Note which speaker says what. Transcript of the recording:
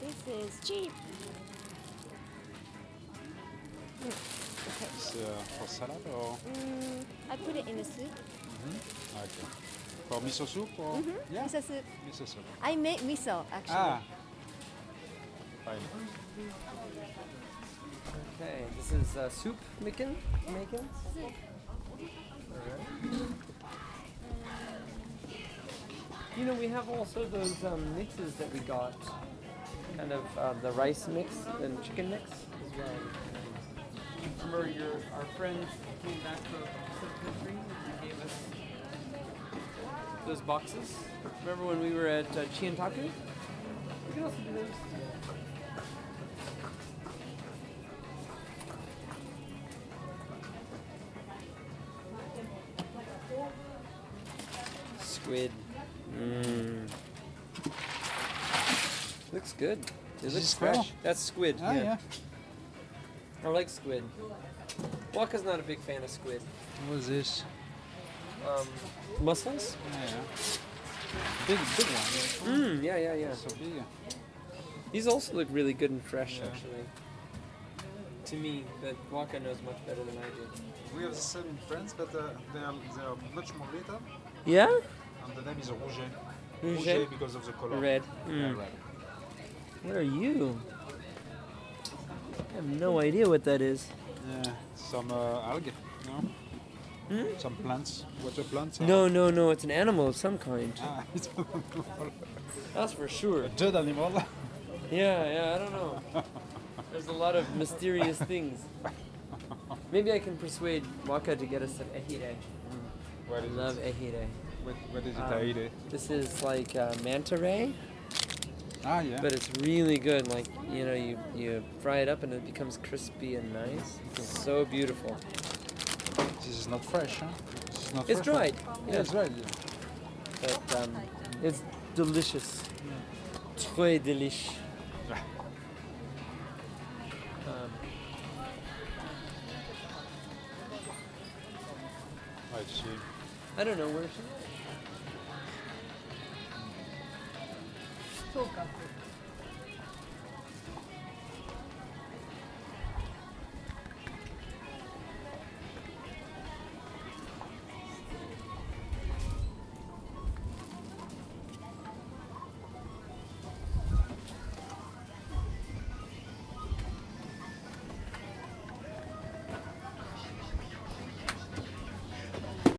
Speaker 1: This is cheap.
Speaker 2: It's uh, for salad or
Speaker 1: Mm, I put it in a soup.
Speaker 2: okay. for miso soup or
Speaker 1: Mm-hmm.
Speaker 2: yeah
Speaker 1: Miso soup.
Speaker 2: miso soup.
Speaker 1: I make miso actually.
Speaker 2: Ah, fine.
Speaker 3: Okay, this is uh, soup making. Making. You know, we have also those um, mixes that we got, kind of uh, the rice mix and chicken mix as well. Remember, your our friends came back from some country and they gave us those boxes. Remember when we were at uh, Chiantaku? We can also do those. Squid.
Speaker 2: Mm.
Speaker 3: Mmm. Looks good. It
Speaker 2: Is
Speaker 3: looks
Speaker 2: it squirrel?
Speaker 3: fresh. That's squid.
Speaker 2: Ah, yeah.
Speaker 3: I like squid. Waka's not a big fan of squid.
Speaker 2: What is this?
Speaker 3: Um, mussels?
Speaker 2: Yeah, yeah. Big, big one.
Speaker 3: Mmm, yeah, yeah, yeah.
Speaker 2: So big.
Speaker 3: These also look really good and fresh,
Speaker 2: Yeah.
Speaker 3: actually. To me, but Waka knows much better than I do.
Speaker 2: We have the same in France, but uh, they, are, they are much more little,
Speaker 3: Yeah?
Speaker 2: and the name is rouget.
Speaker 3: Rouget?
Speaker 2: because of the color.
Speaker 3: Red.
Speaker 2: Yeah,
Speaker 3: Mm.
Speaker 2: red.
Speaker 3: What are you? I have no idea what that is.
Speaker 2: Yeah. Some uh, algae, no?
Speaker 3: Hmm?
Speaker 2: Some plants, water plants. uh,
Speaker 3: No, no, no, it's an animal of some kind.
Speaker 2: Ah, it's
Speaker 3: That's for sure.
Speaker 2: a dead animal.
Speaker 3: Yeah, yeah, I don't know. There's a lot of mysterious things. Maybe I can persuade Waka to get us some ehire. I
Speaker 2: What is
Speaker 3: love
Speaker 2: it?
Speaker 3: ehire.
Speaker 2: What, what is it?
Speaker 3: Um,
Speaker 2: Aire?
Speaker 3: This is like uh, manta ray,
Speaker 2: Ah, yeah.
Speaker 3: but it's really good. Like you know, you you fry it up and it becomes crispy and nice. It's so beautiful.
Speaker 2: This is not fresh, huh? This is not
Speaker 3: It's
Speaker 2: fresh,
Speaker 3: dried.
Speaker 2: huh?
Speaker 3: Yeah.
Speaker 2: Yeah, it's dried. Yeah.
Speaker 3: But um, it's delicious. Très delish. Um,
Speaker 2: I see.
Speaker 3: I don't know where she is.